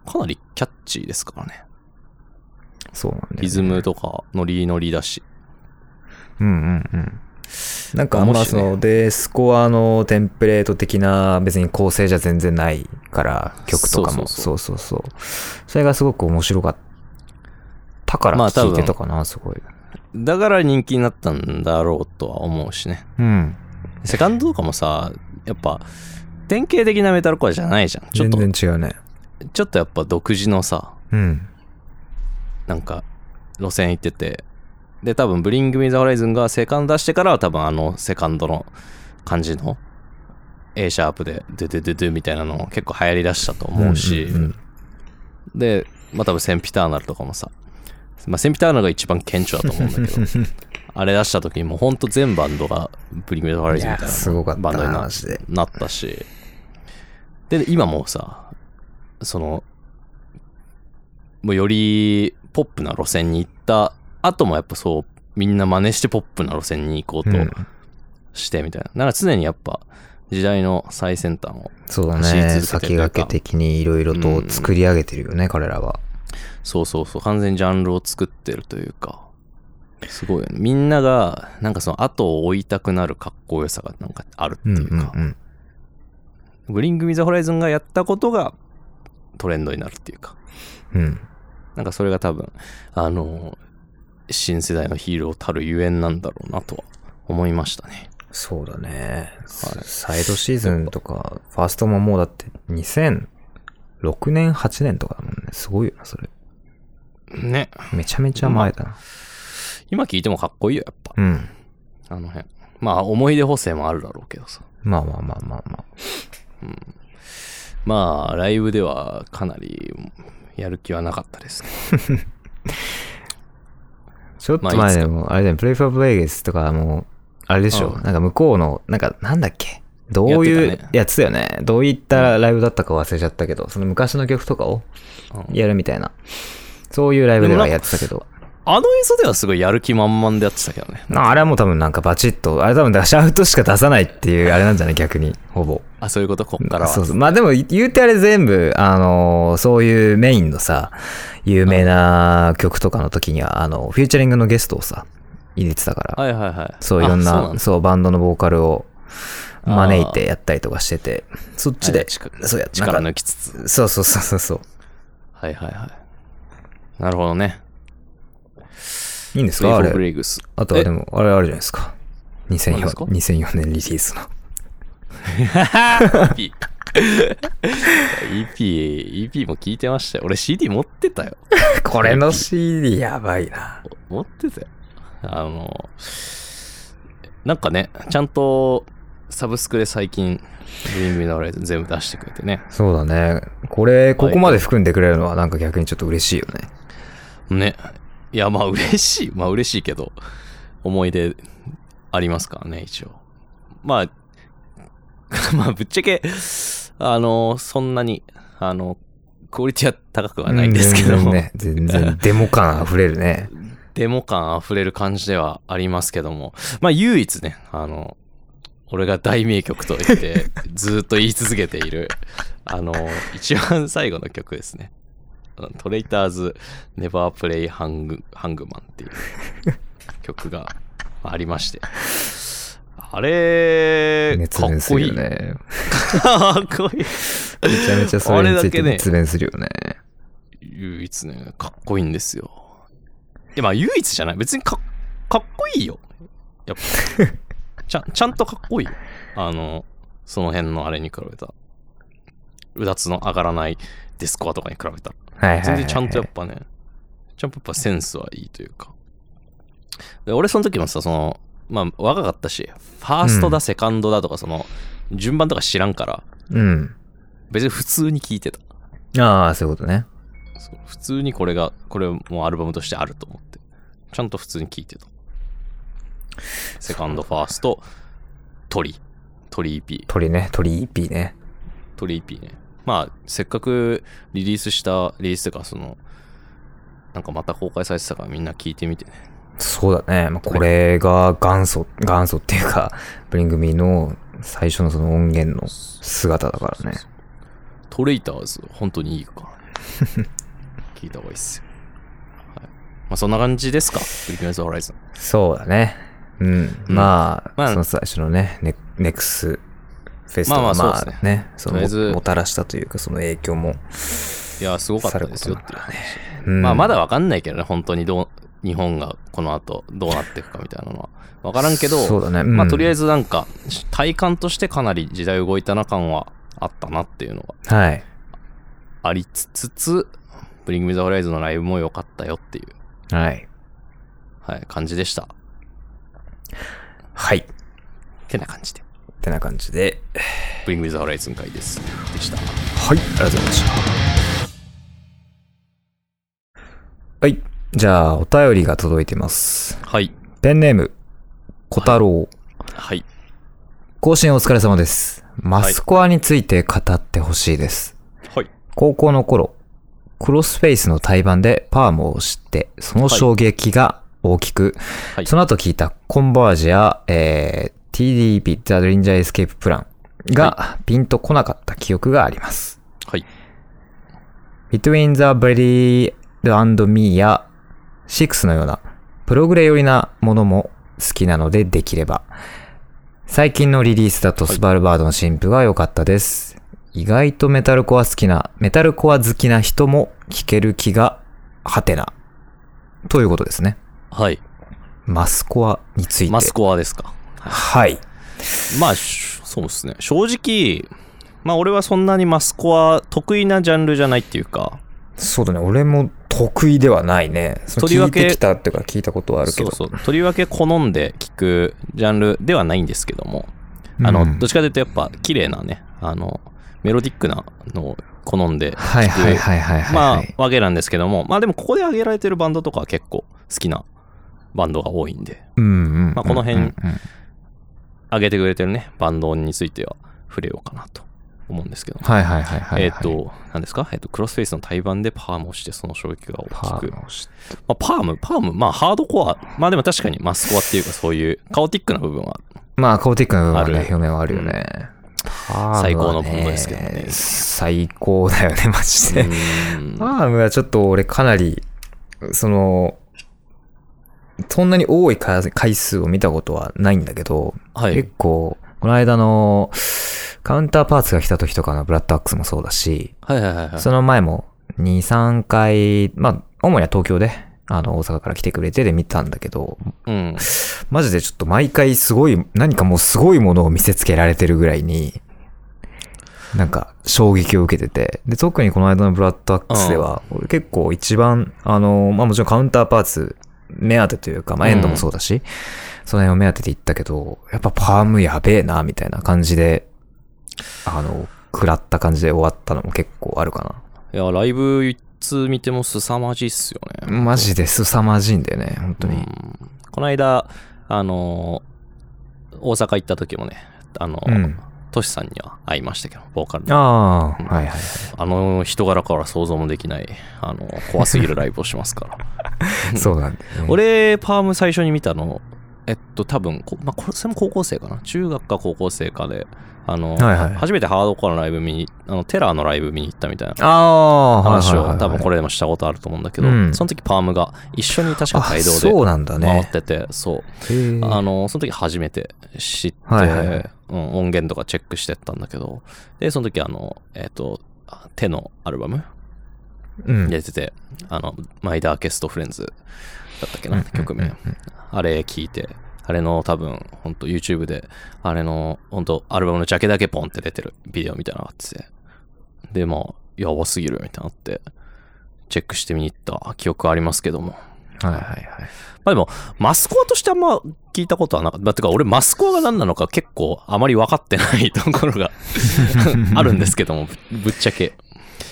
A: かなりキャッチーですからね。
B: そうなんだよね
A: リズムとか、ノリノリだし。
B: うんうんうんなんかあん
A: も
B: ま
A: し
B: そ
A: ね
B: の、で、スコアのテンプレート的な別に構成じゃ全然ないから、曲とかも。
A: そ
B: そうそうそう。それがすごく面白かったから
A: まあ多
B: 聴
A: 分
B: いてたかな、すごい。
A: だから人気になったんだろうとは思うしね。
B: うん。
A: セカンドとかもさ、やっぱ、典型的なメタルコアじゃないじゃん。ちょっ
B: 全
A: と、
B: 然違うね。
A: ちょっとやっぱ独自のさ、
B: うん。
A: なんか、路線行ってて。で、多分、ブリング・ミザ・ホライズンがセカンド出してからは多分あのセカンドの感じの A シャープで、ドゥドゥドゥドゥみたいなの結構流行りだしたと思うし、
B: んん
A: で、まあ多分センピターナルとかもさ、まあセンピターナルが一番顕著だと思うんだけど、 あれ出した時にもうほんと全バンドがブリング・ミザ・ホ
B: う
A: ラ
B: ん。
A: イ
B: い
A: ズンみ
B: や
A: たいな
B: すごかった
A: バンドに
B: な、
A: な
B: マジで。
A: なったし。で、今もさ、その、もうよりポップな路線に行った後もやっぱそう、みんな真似してポップな路線に行こう
B: うん
A: としてみたいな。なんか常にやっぱ時代の最先端を、
B: そうだ
A: 走り続け
B: ね。
A: て
B: 先駆け的にいろいろと作り上げてるよね、彼らは。
A: そうそうそう、完全にジャンルを作ってるというか、すごいよね。みんなが、なんかその後を追いたくなるかっこよさがなんかあるって
B: うんう
A: い
B: ん
A: うか、
B: うん。
A: ブリング・ミザ・ホライズンがやったことがトレンドになるっていうか。
B: うん。
A: なんかそれが多分、あの、新世代のヒーローたるゆえんなんだろうなとは思いましたね。
B: そうだね。サイドシーズンとか、ファーストももうだって2006年、8年とかだもんね。すごいよな、それ。
A: ね。
B: めちゃめちゃ前だな。
A: 今聞いてもかっこいいよ、やっぱ。
B: うん。
A: あの辺。まあ、思い出補正もあるだろうけどさ。
B: まあまあまあまあまあ。
A: まあ、ライブではかなりやる気はなかったですね。
B: ちょっと
A: まあい
B: 前
A: つか
B: でも、あれだよね、プレイファーブレイゲスとかもう、あれでしょ、
A: うん
B: なんか向こうの、なんか、なんだっけどうい
A: やって
B: う
A: たね
B: やつだよねどういったライブだったか忘れちゃったけど、その昔の曲とかを
A: うん
B: やるみたいな。そういうライブでは
A: でもな
B: や
A: ん
B: ってたけど。
A: あの演奏ではすごいやる気満々でやってたけどね。
B: なあれはもう多分なんかバチッと、あれ多分だからシャウトしか出さないっていうあれなんじゃない逆に、ほぼ。
A: あ、そういうこと、こっからは。
B: そうそう。まあでも言うてあれ全部、あのーそういうメインのさ、有名な曲とかの時には、あの、フューチャリングのゲストをさ、入れてたから。
A: はいはいはい。
B: そう、いろん
A: あ
B: な、
A: そ
B: そうう
A: だ
B: バンドのボーカルを
A: あー
B: 招いてやったりとかしてて、そっち
A: は
B: で
A: い、力
B: そうやっ
A: 力
B: なん
A: 抜
B: か
A: きつつ。
B: そうそうそうそうそう。
A: はいはいはい。なるほどね。
B: いいんです
A: スイフ
B: かあ
A: ォーブ
B: れ。
A: レイグス。
B: あとは
A: え
B: でも、あれあるじゃないですか。
A: 何です
B: 2004,
A: か
B: 2004年リリース の。
A: EP。EP、EP も聞いてましたよ。俺 CD 持ってたよ。
B: これの CD やばいな。
A: 持ってたよ。あの、なんかね、ちゃんとサブスクで最近、ブリング・のライズ全部出してくれてね。
B: そうだね。これ、ここまで含んでくれるのはなんか逆にちょっと嬉しいよね。
A: ね。いや、まあ嬉しい。まあ嬉しいけど、思い出ありますからね、一応。まあ、 まあぶっちゃけ、あの、そんなに、あの、クオリティは高くはないんですけど
B: 全
A: も
B: 然。ね、全 然デモ感溢れるね。
A: デモ感あふれる感じではありますけども、まあ唯一ね、あの、俺が大名曲と言 って、ずーっと言い続けている、あの、一番最後の曲ですね。うんトレイターズ・ネバープレイ・ハング・ハングマンっていう曲がありまして。あれ、
B: 熱
A: かっ
B: 弁す
A: こ
B: る
A: い
B: よ
A: い。
B: ね。
A: かっこいい。
B: めちゃめちゃそれにつ
A: あれだ
B: いて
A: けね
B: 熱弁するよね。
A: 唯一ね、かっこいいんですよ。いや、まあ、唯一じゃない。別にかかっこいいよ。やっぱちゃん。ちゃんとかっこいいよ。あの、その辺のあれに比べたら。うだつの上がらないディスコアとかに比べたら。
B: はいはいはいは
A: 全
B: い。
A: 然ちゃんとやっぱね、ちゃんとやっぱセンスはいいというか。で俺その時もさ、その、まあ若かったし、ファーストだ、
B: うん
A: セカンドだとか、その、順番とか知らんから、
B: うん。
A: 別に普通に聞いてた。
B: ああ、そういうことね。
A: そう普通にこれがこれもアルバムとしてあると思ってちゃんと普通に聴いてたセカンドファースト鳥鳥 EP
B: 鳥ね、鳥 EP ね。
A: 鳥 EP ねまあせっかくリリースしたリリースというかそのなんかまた公開されてたからみんな聞いてみてね
B: そうだね。まあ、これが元祖、元祖っていうか、ブリングミーの最初のその音源の姿だからね。
A: トレイターズ本当にいいからね聞いた方がいいっすよ、はい、まあそんな感じですかブリックネス・ホライズン
B: そうだね。うん。
A: うん
B: まあ、
A: まあ
B: その最初のね、ネネクスフェスト
A: ま
B: が、
A: あ
B: まあ、
A: まあそう
B: ね
A: ですね、
B: そ
A: とりあ
B: の
A: えず
B: もたらしたというか、その影響も。
A: いや、すごかったですよっていう話。
B: うん
A: まあ、まだわかんないけどね、本当にどう、日本がこの後どうなっていくかみたいなのは。わからんけど、
B: そうだね。
A: まあ、とりあえ
B: ず。
A: ずなんか、体感としてかなり時代動いたな感はあったなっていうのが
B: はい。
A: ありつつつ、ブリング・ミザ・ホライズのライブも良かったよっていう、
B: はい。
A: はい、感じでした。
B: はい。
A: てな感じで。
B: ってな感じで。
A: ブリング・ミザ・ホライズン会です。でした。
B: はい。ありがとうございました。はい。じゃあ、お便りが届いてます。
A: はい。
B: ペンネーム、小太郎。
A: はい。
B: 更新お疲れ様です。マスコアについて語ってほしいです。
A: はい。
B: 高校の頃、クロスフェイスの対バンでパームを知って、その衝撃が大きく、
A: はい
B: その後聞いたコンバージや、えー TDP、ザ・リンジャー・エスケープ・プランがピンとこなかった記憶があります。
A: はい。
B: Between the Body and Me や6のようなプログレ寄りなものも好きなのでできれば。最近のリリースだと
A: はい
B: スバルバードの新譜が良かったです。意外とメタルコア好きな、メタルコア好きな人も聴ける気がハテナ。ということですね。
A: はい。
B: マスコアについて。
A: マスコアですか。
B: はい。
A: まあ、しそうですね。正直、まあ俺はそんなにマスコア得意なジャンルじゃないっていうか、
B: そうだね。俺も得意ではないね。その
A: とりわけ
B: 聞いてきたっていうか聞いたことはあるけど。
A: そうそう。とりわけ好んで聞くジャンルではないんですけども、あの、
B: うん
A: どっちかというとやっぱ綺麗なね、あの、メロディックなのを好んで聞く、
B: はいはいはいはいはい。
A: ま
B: は
A: あ
B: い、
A: わけなんですけども、まあでもここで挙げられてるバンドとかは結構好きなバンドが多いんで、
B: うんうんうん
A: まあこの辺
B: うんうん
A: 挙げてくれてるね、バンドについては触れようかなと思うんですけども
B: はいはいはいはいはい。
A: えっ、と、何ですかえっ、と、クロスフェイスの対バンでパームをして、その衝撃が
B: パ
A: 大き
B: ー
A: く。
B: のし
A: まあ、パーム、パーム、まあ、ハードコア、まあでも確かにマスコアっていうか、そういうカオティックな部分は、
B: まあ、カオティックな部分は
A: あ
B: ね、
A: る
B: 表面はあるよね。パームはね
A: 最高のバンドですけどね
B: 最高だよね、マジ
A: う
B: で。
A: ーん
B: パームはちょっと俺かなり、その、そんなに多い数回数を見たことはないんだけど、
A: はい
B: 結。構、この間の、カウンターパーツが来た時とかのブラッドアックスもそうだし、
A: はいはいはいはい。
B: その前も2、3回、まあ、主には東京で、あの、大阪から来てくれてで見たんだけど、
A: うん。
B: マジでちょっと毎回すごい、何かもうすごいものを見せつけられてるぐらいに、なんか衝撃を受けてて。で、特にこの間のブラッドアックスでは、俺結構一番、あの、まあもちろんカウンターパーツ目当てというか、まあエンドもそうだし、その辺を目当てで行ったけど、やっぱパームやべえな、みたいな感じで、あの、食らった感じで終わったのも結構あるか
A: いや、ライブいつ見ても凄まじいっすよ
B: な。
A: ね。
B: マジで凄まじいんだよね、本当
A: う
B: に。
A: んこの間、あのー大阪行った時もね、あの
B: う
A: ー
B: ん。
A: トシさんには会いましたけど、ボーカルの。
B: ああ、はいはいはい。
A: あの人柄から想像もできない、あのー怖すぎるライブをしますから。
B: そうなんだよね、
A: 俺、パーム最初に見たの、えっと、多分こ、まあ、これそれも高校生かな。中学か高校生かで、あの、
B: はいはい
A: 初めてハードコアのライブ見に、あの、テラーのライブ見に行ったみたいな
B: ああ、
A: 話を、多分こ
B: れ、
A: れでもしたことあると思うんだけど、
B: うん
A: その時パームが一緒に確か
B: あ
A: 街道
B: そう
A: で
B: なんだ
A: 回っ
B: ね。
A: てて、そう。
B: へえ
A: あの、その時初めて知って、
B: はいはいはい
A: うん、音源とかチェックしてったんだけど、で、その時あの、えっ、と、手のアルバム
B: うん
A: 入れてて、あの、マイダーケストフレンズだったっけ
B: うん
A: な、
B: うん
A: 曲名。あれ聞いて、あれの多分、ほんと YouTube で、あれの、ほんとアルバムのジャケだけポンって出てるビデオみたいなのがあってて、で、まあ、やばすぎるみたいなのあって、チェックして見に行った記憶ありますけども。
B: はいはいはい。
A: まあでも、マスコアとしてあんま聞いたことはなかった。まあてか、俺、マスコアが何なのか結構あまり分かってないところが あるんですけども、ぶぶっちゃけ。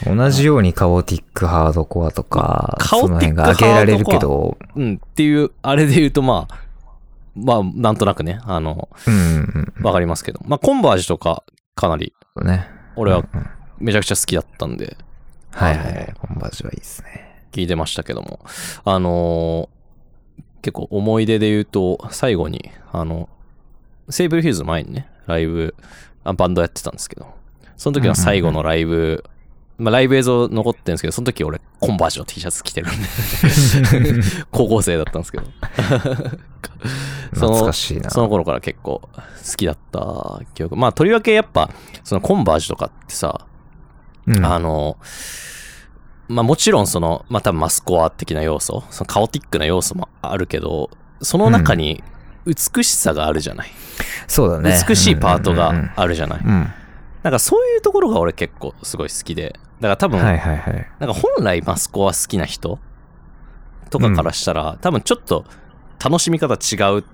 B: 同じようにカオティックハードコアとか、
A: カオティック
B: その辺が挙げられるけど、
A: うん、っていう、あれで言うと、まあ、まあ、なんとなくね、あの、
B: うんうん
A: わかりますけど、まあ、コンバージとか、かなり、
B: うん。ね。
A: 俺は
B: うんうん
A: めちゃくちゃ好きだったんで、
B: はいはいはい。コンバージはいいですね。
A: 聞いてましたけども、あのー結構思い出で言うと、最後に、あの、セーブルヒューズの前にね、ライブ、あバンドやってたんですけど、その時の最後のライブまあ、ライブ映像残ってるんですけど、その時俺、コンバージョン T シャツ着てるんで、 高校生だったんですけど。そ
B: 懐
A: の
B: か、しいな。
A: その頃から結構好きだった記憶。まあ、とりわけやっぱ、そのコンバージュとかってさ、
B: うん
A: あの、まあもちろんその、まあ多分マスコア的な要素、そのカオティックな要素もあるけど、その中に美しさがあるじゃない。
B: そうだね。
A: 美しいパート
B: うんうん
A: があるじゃない。
B: うんうん。うん
A: なんかそういうところが俺結構すごい好きで、だから多分、
B: はいはいはい。
A: なんか本来マスコは好きな人とかからしたら、多分ちょっと楽しみ方違う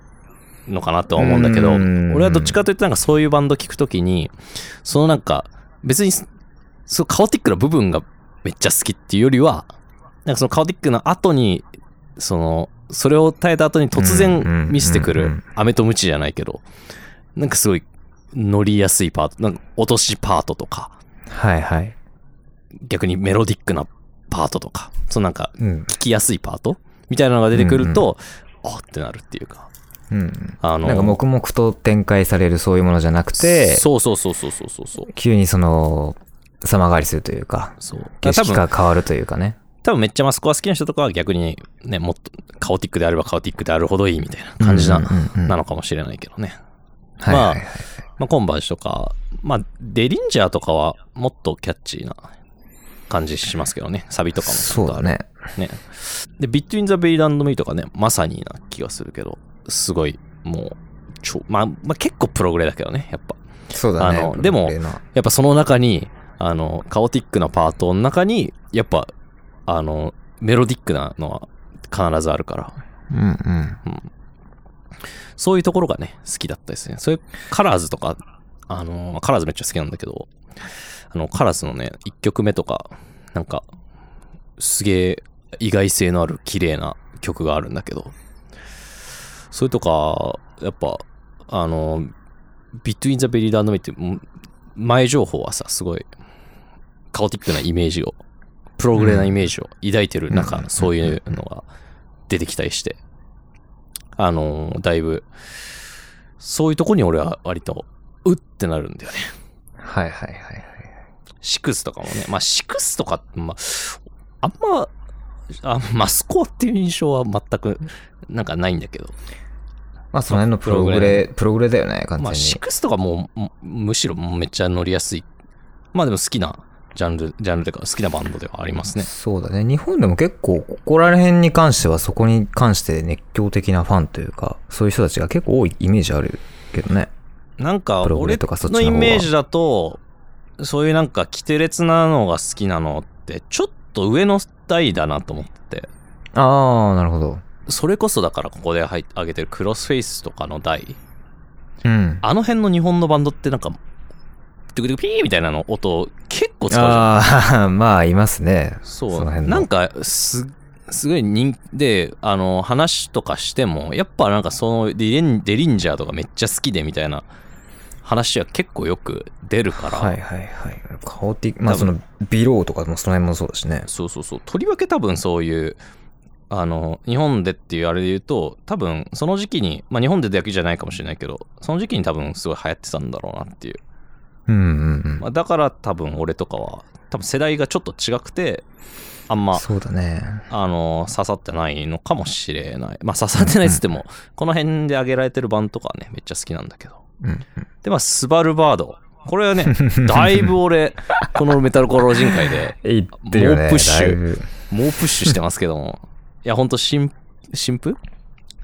A: のかなとは思うんだけど、
B: うん
A: 俺はどっちかというとなんかそういうバンド聞くときに、そのなんか別にそのカオティックな部分がめっちゃ好きっていうよりは、なんかそのカオティックの後に、その、それを耐えた後に突
B: うんうんうんう
A: 然
B: ん
A: 見せてくる、飴とムチじゃないけど、なんかすごい乗りやすいパート、なんか落としパートとか、
B: はいはい。
A: 逆にメロディックなパートとか、そのなんか
B: うん。
A: 聞きやすいパートみたいなのが出てくると、あってなるっていうか。
B: うん。
A: あの、
B: なんか黙々と展開されるそういうものじゃなくて、
A: そうそうそうそうそうそうそう。
B: 急にその、様変わりするというか、
A: そう
B: 景
A: 多
B: 色
A: 分、
B: が変わるというかね。
A: 多分めっちゃマスコア好きな人とかは逆にね、もっとカオティックであればカオティックであるほどいいみたいな感じな,、
B: うんうんうんうん
A: なのかもしれないけどね。
B: はいはいはい。
A: まあ、コンバージとか、まあ、デリンジャーとかはもっとキャッチーな感じしますけどね。サビとかもちゃ
B: そ
A: ん
B: う
A: とあ
B: だ
A: る
B: ね。
A: ね。で、ビットインザベイランドミーとかね、まさにな気がするけど、すごい、もう、ちょ、まあ、まあ、結構プログレだけどね、やっぱ。
B: そうだね。
A: あのでも
B: ブルーレイの
A: やっぱその中に、あの、カオティックなパートの中に、やっぱ、あの、メロディックなのは必ずあるから、
B: うんうん。
A: そういうところがね、好きだったですね。そういう、カラーズとか、あの、カラーズめっちゃ好きなんだけど、あの、カラーズのね、1曲目とか、なんか、すげえ意外性のある綺麗な曲があるんだけど、それとか、やっぱ、あの、ビットインザベリーダーのみって、もう前情報はさ、すごい、カオティックなイメージを、プログレなイメージを抱いてる中、
B: うん
A: そういうのが出てきたりして、あのーだいぶ、そういうとこに俺は割と、うってなるんだよね。
B: はいはいはいはい。
A: シクスとかもね。まあ、シクスとか、まあ、あんま、あマスコアっていう印象は全く、なんかないんだけど。
B: まあその辺のプログレ、プログレだよね、完
A: まあ、シ
B: 全
A: クスとかもう、むむしろめっちゃ乗りやすい。まあでも好きなジャンル、ジャンルというか好きなバンドではあります
B: に。
A: ね。
B: そうだね。日本でも結構、ここら辺に関しては、そこに関して熱狂的なファンというか、そういう人たちが結構多いイメージあるけどね。
A: なんか、
B: プログ
A: 俺
B: レとかそっち
A: の
B: の方
A: イ
B: が
A: メージだと、そういうなんか、キテレツなのが好きなのって、ちょっと上の代だなと思ってて。
B: ああ、なるほど。
A: それこそだからここで入っ上げてるクロスフェイスとかの代
B: うん。
A: あの辺の日本のバンドってなんかドゥクドゥクピーみたいなの音結構使うじゃん
B: ああ、まあ、いますね。
A: そ
B: そうの辺の
A: なんかすすごい人であの話とかしてもやっぱなんかそのディレンデリンジャーとかめっちゃ好きでみたいな話は結構よく出るから、
B: はいはいはい。カオティック、まあその、ビローとかもその辺もそうですね。
A: そうそうそうとりわけ多分そういうあの日本でっていうあれで言うと多分その時期にまあ日本でだけじゃないかもしれないけどその時期に多分すごい流行ってたんだろうなっていう、
B: うんうん
A: まあ、だから多分俺とかは多分世代がちょっと違くてあん
B: う
A: ま
B: ん。そうだね。
A: あの刺さってないのかもしれないまあ刺さってないっつってもこの辺で挙げられてる版とかはねめっちゃ好きなんだけど
B: うんうん。
A: でまあスバルバードこれはねだいぶ俺このメタルコロ人会で
B: 言ってるよね。
A: 猛プッシュ
B: だいぶ
A: 猛プッシュしてますけど も。いや、ほんと新、新譜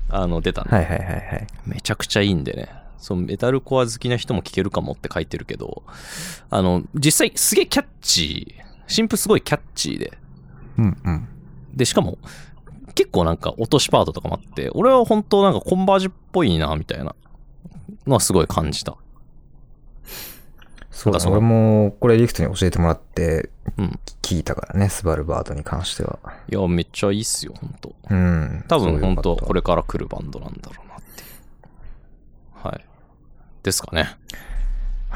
A: あの、出たの、
B: はいはいはいはい。
A: めちゃくちゃいいんでね。そのメタルコア好きな人も聴けるかもって書いてるけど、あの、実際すげえキャッチー。新譜すごいキャッチーで。
B: うんうん。
A: で、しかも、結構なんか落としパートとかもあって、俺は本当なんかコンバージュっぽいな、みたいなのはすごい感じた。
B: そうだ
A: なんかその
B: ね、俺も、これリフトに教えてもらって
A: うん、
B: 聞いたからね、スバルバートに関しては。
A: いや、めっちゃいいっすよ、ほんと。
B: うん。
A: 多分本当
B: そうよかった
A: これから来るバンドなんだろうなっていう。はい。ですかね。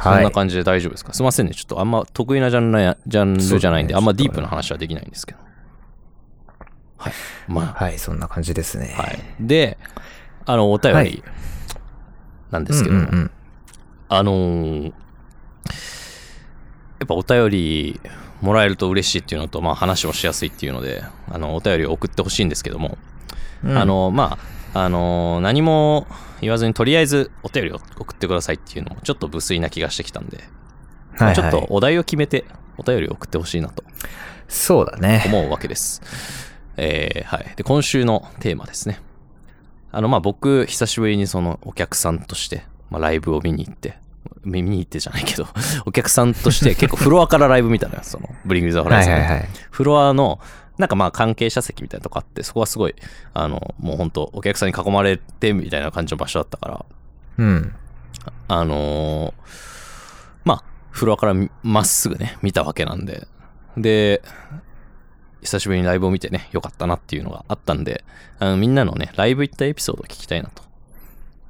A: そ
B: は
A: ん
B: い
A: な感じで大丈夫ですかすいませんね。ちょっとあんま得意なジャンルやジャンルじゃないんで、
B: そうですね
A: あんまディープな話はできないんですけど。はい。ま
B: はい、そんな感じですね。
A: あ、はい。で、あの、お便
B: は
A: り
B: い
A: なんで
B: うん
A: す
B: う
A: けど、
B: んうん。
A: あのーやっぱお便りもらえると嬉しいっていうのと、まあ、話をしやすいっていうので、あの、お便りを送ってほしいんですけども、
B: うん
A: あ、の、まあ、あの、何も言わずに、とりあえずお便りを送ってくださいっていうのも、ちょっと無粋な気がしてきたんで、
B: はいはい
A: ちょっとお題を決めて、お便りを送ってほしいなと
B: そうだね。
A: 思うわけ です。えーはい。で、今週のテーマですね。あの、まあ、僕、久しぶりにそのお客さんとして、まあ、ライブを見に行って、見見に行ってじゃないけど、 お客さんとして結構フロアからライブ見たのよ、その、ブリング・ザ・ホラ
B: は
A: イ
B: い
A: ズン
B: は
A: の。
B: いはい。
A: フロアの、なんかまあ関係者席みたいなとこあって、そこはすごい、あの、もう本当お客さんに囲まれてみたいな感じの場所だったから、
B: うん。
A: あのーまあ、フロアからまっすぐね、見たわけなんで。で、久しぶりにライブを見てね、よかったなっていうのがあったんで、あのみんなのね、ライブ行ったエピソードを聞きたいなと、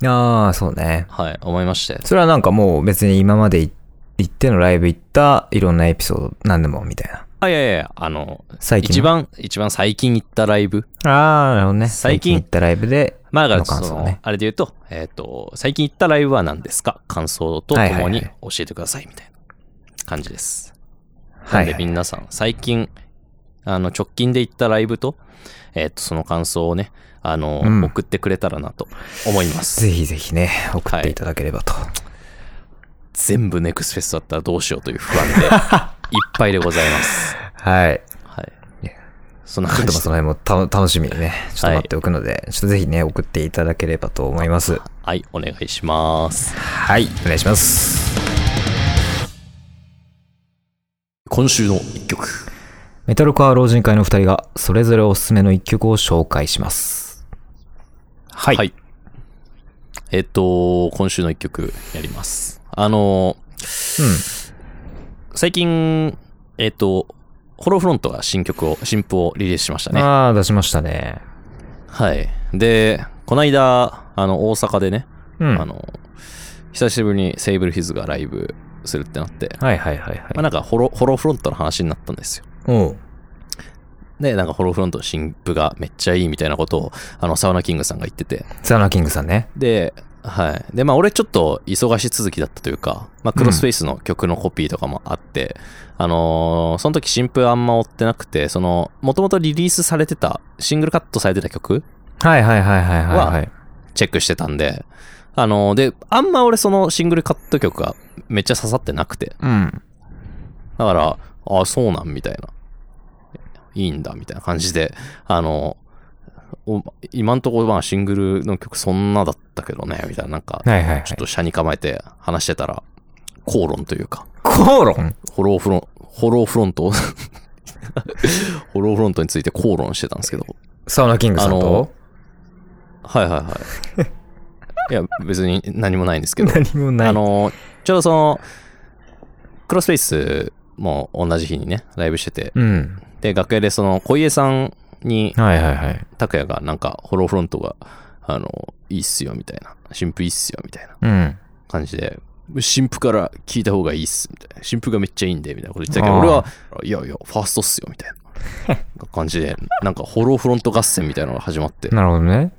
B: ああ、そうね。
A: はい、思いまして。
B: それはなんかもう別に今までい行ってのライブ行ったいろんなエピソード何でもみたいな。
A: あ、いやいやいや、あの、
B: 最近の。
A: 一番、一番最近行ったライブ。
B: ああ、なるほどね。
A: 最近
B: 行ったライブで。
A: まあ、だ
B: の
A: から
B: 感
A: そ
B: 想
A: の、
B: ね。
A: あれで言うと、えっ、と、最近行ったライブは何ですか感想ととも
B: はいはい
A: に
B: はい
A: 教えてください、みたいな感じです。
B: はい、
A: な
B: は
A: んで
B: い。
A: 皆さん、最近、あの、直近で行ったライブと、えっ、と、その感想をね、あの、
B: うん
A: 送ってくれたらなと思います。
B: ぜひぜひね、送っていただければと。
A: 全部ネクスフェスだったらどうしようという不 安で、いっぱいでございます。
B: はい。
A: はい
B: いや。
A: そんな
B: ちょっ
A: 感
B: と
A: じで
B: まあその辺もた楽しみにね、ちょっと待っておくので、ちょっとぜひね、送っていただければと思います。
A: はい、お願いします。
B: はい、お願いします。
A: 今週の一曲。
B: メタルコア老人会の2人が、それぞれおすすめの1曲を紹介します。
A: はい。えっ、と、今週の一曲やります。あの、最近、えっ、と、ホロフロントが新曲を、新譜をリリースしました
B: うん。
A: ね。
B: ああ、出しましたね。
A: はい。で、この間、あの、大阪でね、
B: うん。
A: あの、久しぶりにセイブルヒズがライブするってなって、
B: はいはいはいはい。
A: まあなんかホロ、ホロフロントの話になったんですよ。
B: おう
A: で、なんかホロフロントの新譜がめっちゃいいみたいなことを、あの、サウナキングさんが言ってて、
B: ザナキングさんね。
A: で、はい。で、まあ俺ちょっと忙し続きだったというか、まあクロスフェイスの曲のコピーとかもあって、あのーその時新譜あんま追ってなくて、その、もともとリリースされてた、シングルカットされてた曲
B: はいはいはいはいはい、はい。
A: チェックしてたんで、あの、で、あんま俺そのシングルカット曲がめっちゃ刺さってなくて、
B: うん。
A: だから、ああ、そうなんみたいな、いいんだみたいな感じで、あの、お今んとこまあシングルの曲そんなだったけどね、みたいな、なんか、
B: はいはいはい
A: ちょっ。と車に構えて話してたら、口論というか、
B: 口論
A: ホローフロン、ホローフロントを ホローフロントについて口論してたんですけど、
B: サウナキングさん
A: あ
B: と
A: のはいはいはい。いや、別に何もないんですけど、
B: 何もない。
A: あの、ちょうどその、クロスフェイスも同じ日にね、ライブしてて、
B: うん。
A: で、楽屋でその、小家さんに、
B: はいはいはい。
A: 拓也がなんか、ホローフロントが、あの、いいっすよ、みたいな。新婦いいっすよ、みたいな
B: うん。
A: 感じで、新婦から聞いた方がいいっす、みたいな。新婦がめっちゃいいんで、みたいなこと言ってたけど、
B: あー
A: 俺は、いやいや、ファーストっすよ、みたいな感じで、なんか、ホローフロント合戦みたいなのが始まって、
B: なるほどね。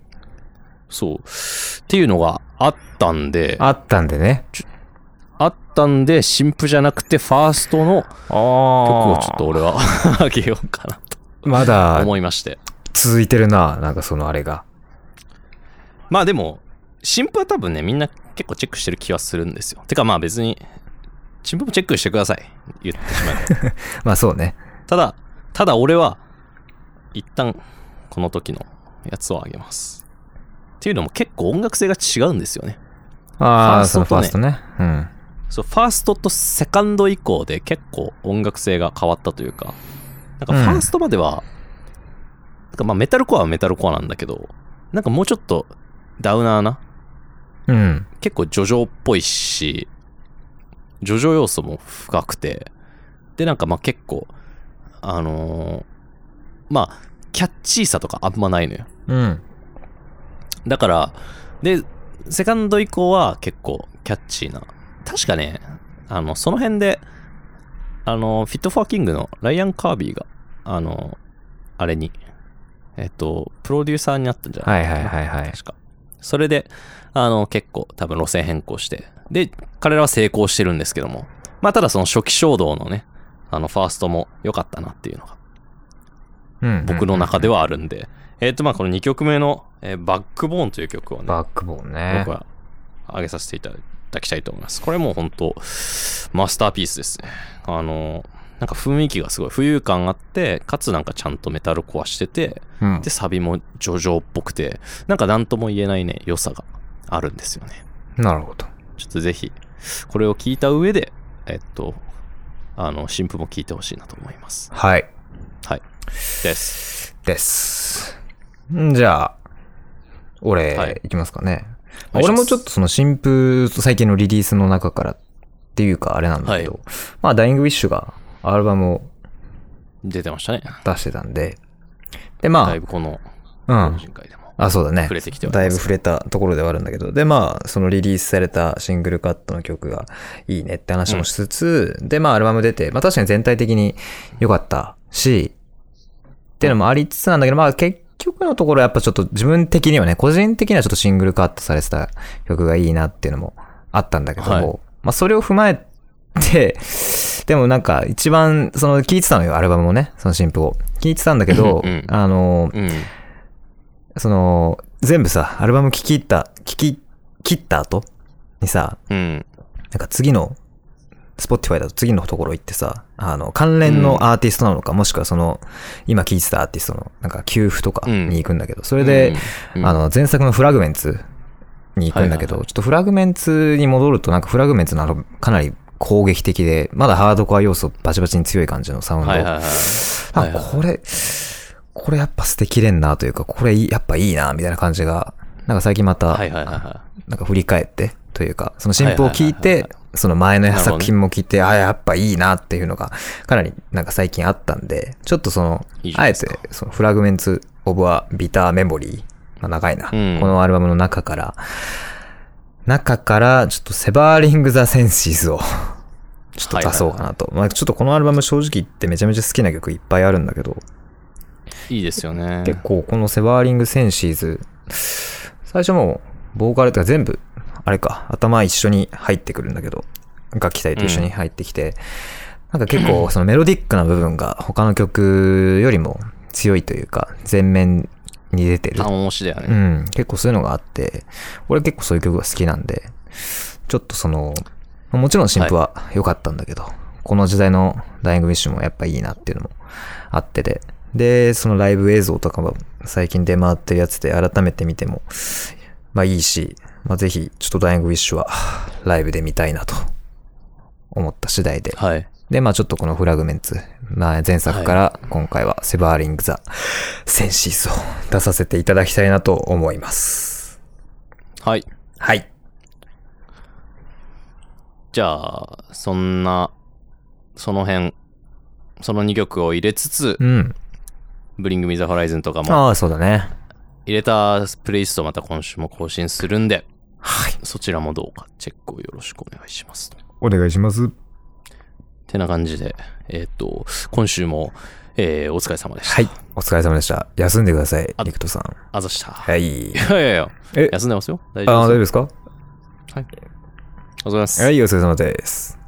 A: そう。っていうのがあったんで、
B: あったんでね。
A: あったんで、新婦じゃなくて、ファーストの、
B: ああ
A: 曲をちょっと俺は あげようかな
B: ま
A: と
B: だ
A: 思いまして。
B: 続いてるな、なんかそのあれが。
A: まあでも、新譜は多分ね、みんな結構チェックしてる気はするんですよ。てかまあ別に、新譜もチェックしてください。言ってしまえば
B: まあそうね。
A: ただ、ただ俺は、一旦、この時のやつをあげます。っていうのも結構音楽性が違うんですよね。
B: ああ、
A: フ
B: そ
A: ァー
B: の
A: スト
B: ファ
A: と
B: ー
A: ね
B: ストね。うん。
A: そう、ファーストとセカンド以降で結構音楽性が変わったというか、なんかファーストまでは、なんかまあメタルコアはメタルコアなんだけど、なんかもうちょっとダウナーな、
B: うん。
A: 結構ジョジョっぽいし、ジョジョ要素も深くて、でなんかまあ結構、あのーまあ、キャッチーさとかあんまないのよ。
B: うん。
A: だから、で、セカンド以降は結構キャッチーな。確かね、あの、その辺で、あの、フィットフォーキングのライアン・カービーが、あの、あれに、えっと、プロデューサーになったんじゃ
B: は
A: ない
B: い
A: かな
B: はいはいはい。
A: 確か。それで、あの、結構多分路線変更して、で、彼らは成功してるんですけども、まあ、ただその初期衝動のね、あの、ファーストも良かったなっていうのが、
B: うん
A: 僕の中で
B: は。
A: はあるんで。えっ、と、まあ、この2曲目の、えーバックボーンという曲をね、
B: バックボーンね
A: 僕。は上げさせていただきたいと思います。これもう本当マスターピースですね。あの、なんか雰囲気がすごい浮遊感あって、かつなんかちゃんとメタルコアしてて、
B: うん
A: で、サビも叙情っぽくて、なんか何とも言えないね、良さがあるんですよね。
B: なるほど。
A: ちょっとぜひ、これを聞いた上で、えっと、あの、新譜も聞いてほしいなと思います。
B: はい。
A: はい。です。
B: です。んじゃあ、俺、
A: はい
B: い、きますかね。
A: お願いし
B: 俺
A: ます
B: もちょっとその新風と最近のリリースの中からっていうかあれなんだけど、
A: は
B: まあ、ダイイングウィッシュがアルバムを
A: 出てましたね。
B: 出してたんで、で、ま
A: だいぶこの、
B: あ、
A: 懇
B: うん。
A: 親会でも
B: あ、そうだね
A: 触。れてきてはい
B: だい
A: ま
B: ぶ
A: す。
B: 触れたところではあるんだけど、で、まあ、そのリリースされたシングルカットの曲がいいねって話もしつつ、で、まあ、アルバム出て、まあ、確かに全体的に良かったし、っていうのもありつつなんだけど、まあ、結局のところやっぱちょっと自分的にはね、個人的にはちょっとシングルカットされてた曲がいいなっていうのもあったんだけども、
A: はい
B: まあ、それを踏まえて、 でもなんか一番、その、聴いてたのよ、アルバムをね、その新譜を。聴いてたんだけど、
A: うんうん
B: あの、
A: うん。
B: その、全部さ、アルバム聴き入った、聴き切った後にさ、
A: うん。
B: なんか次の、Spotify だと次のところ行ってさ、あの、関連のアーティストなのか、もしくはその、今聴いてたアーティストの、なんか、給付とかに行くんだけど、そ
A: そ
B: れで、、
A: うん
B: あ、の、前作のフラグメンツに行くんだけど、
A: はいはいはい
B: ちょっとフラグメンツに戻ると、なんかフラグメンツのあのかなり攻撃的で、まだハードコア要素バチバチに強い感じのサウンド。
A: はいはいはい。
B: あ
A: はいはい
B: これ、これやっぱ捨てきれんなというか、これいいやっぱいいな、みたいな感じが、なんか最近また、
A: はいはいはいは
B: なんか振り返ってというか、その新譜を聞
A: はいはい
B: い
A: はい
B: て
A: は、
B: その前の
A: なるほど
B: 作
A: ね
B: 品も聞いて、あ、やっぱいいなっていうのが、かなりなんか最近あったんで、ちょっとその、
A: いいじゃな
B: あ
A: い
B: え
A: ですか
B: て、そのフラグメンツ・オブ・ア・ビター・メモリー、まあ、長いな、
A: うん
B: このアルバムの中から、中から、ちょっとセバーリング・ザ・センシーズを、ちょっと出そうかなと。まあちょっとこのアルバム正直言ってめちゃめちゃ好きな曲いっぱいあるんだけど、
A: い。いいですよね。
B: 結構このセバーリングセンシーズ、最初もうボーカルとか全部、あれか、頭一緒に入ってくるんだけど、楽器隊と一緒に入ってきて、なんか結構そのメロディックな部分が他の曲よりも強いというか、全面に出てる。
A: 単押しだよ
B: う
A: ね。
B: ん、結構そういうのがあって、俺結構そういう曲が好きなんで、ちょっとその、まあもちろん新譜は良かったんだけど、この時代のダイイングウィッシュもやっぱいいなっていうのもあってで、で、そのライブ映像とかも最近出回ってるやつで改めて見ても、まあいいし、まあぜひちょっとダイイングウィッシュはライブで見たいなと思った次第で、
A: はい。
B: で、まあちょっとこのフラグメンツ、まあ、前作から今回はセバーリング・ザ・センシーズを出させていただきたいなと思います。
A: はい。
B: はい。
A: じゃあ、そんな、その辺、その2曲を入れつつ
B: う、ん。
A: ブリング・ミザ・ホライズンとかも
B: ああ、そうだね。
A: 入れたプレイリストまた今週も更新するんで、
B: はい。
A: そちらもどうかチェックをよろしくお願いします。
B: お願いします。
A: てな感じで、えっ、と、今週も、えーお疲れ様でした。
B: はい。お疲れ様でした。休んでください、
A: あ
B: リクトさん。
A: あざした。い
B: はい。
A: やいやいや、
B: え
A: 休んでますよ。大
B: あ
A: 丈夫
B: あ、大丈
A: です。
B: 夫です
A: は
B: か
A: い。お疲れ様です。
B: はい、お疲れ様です。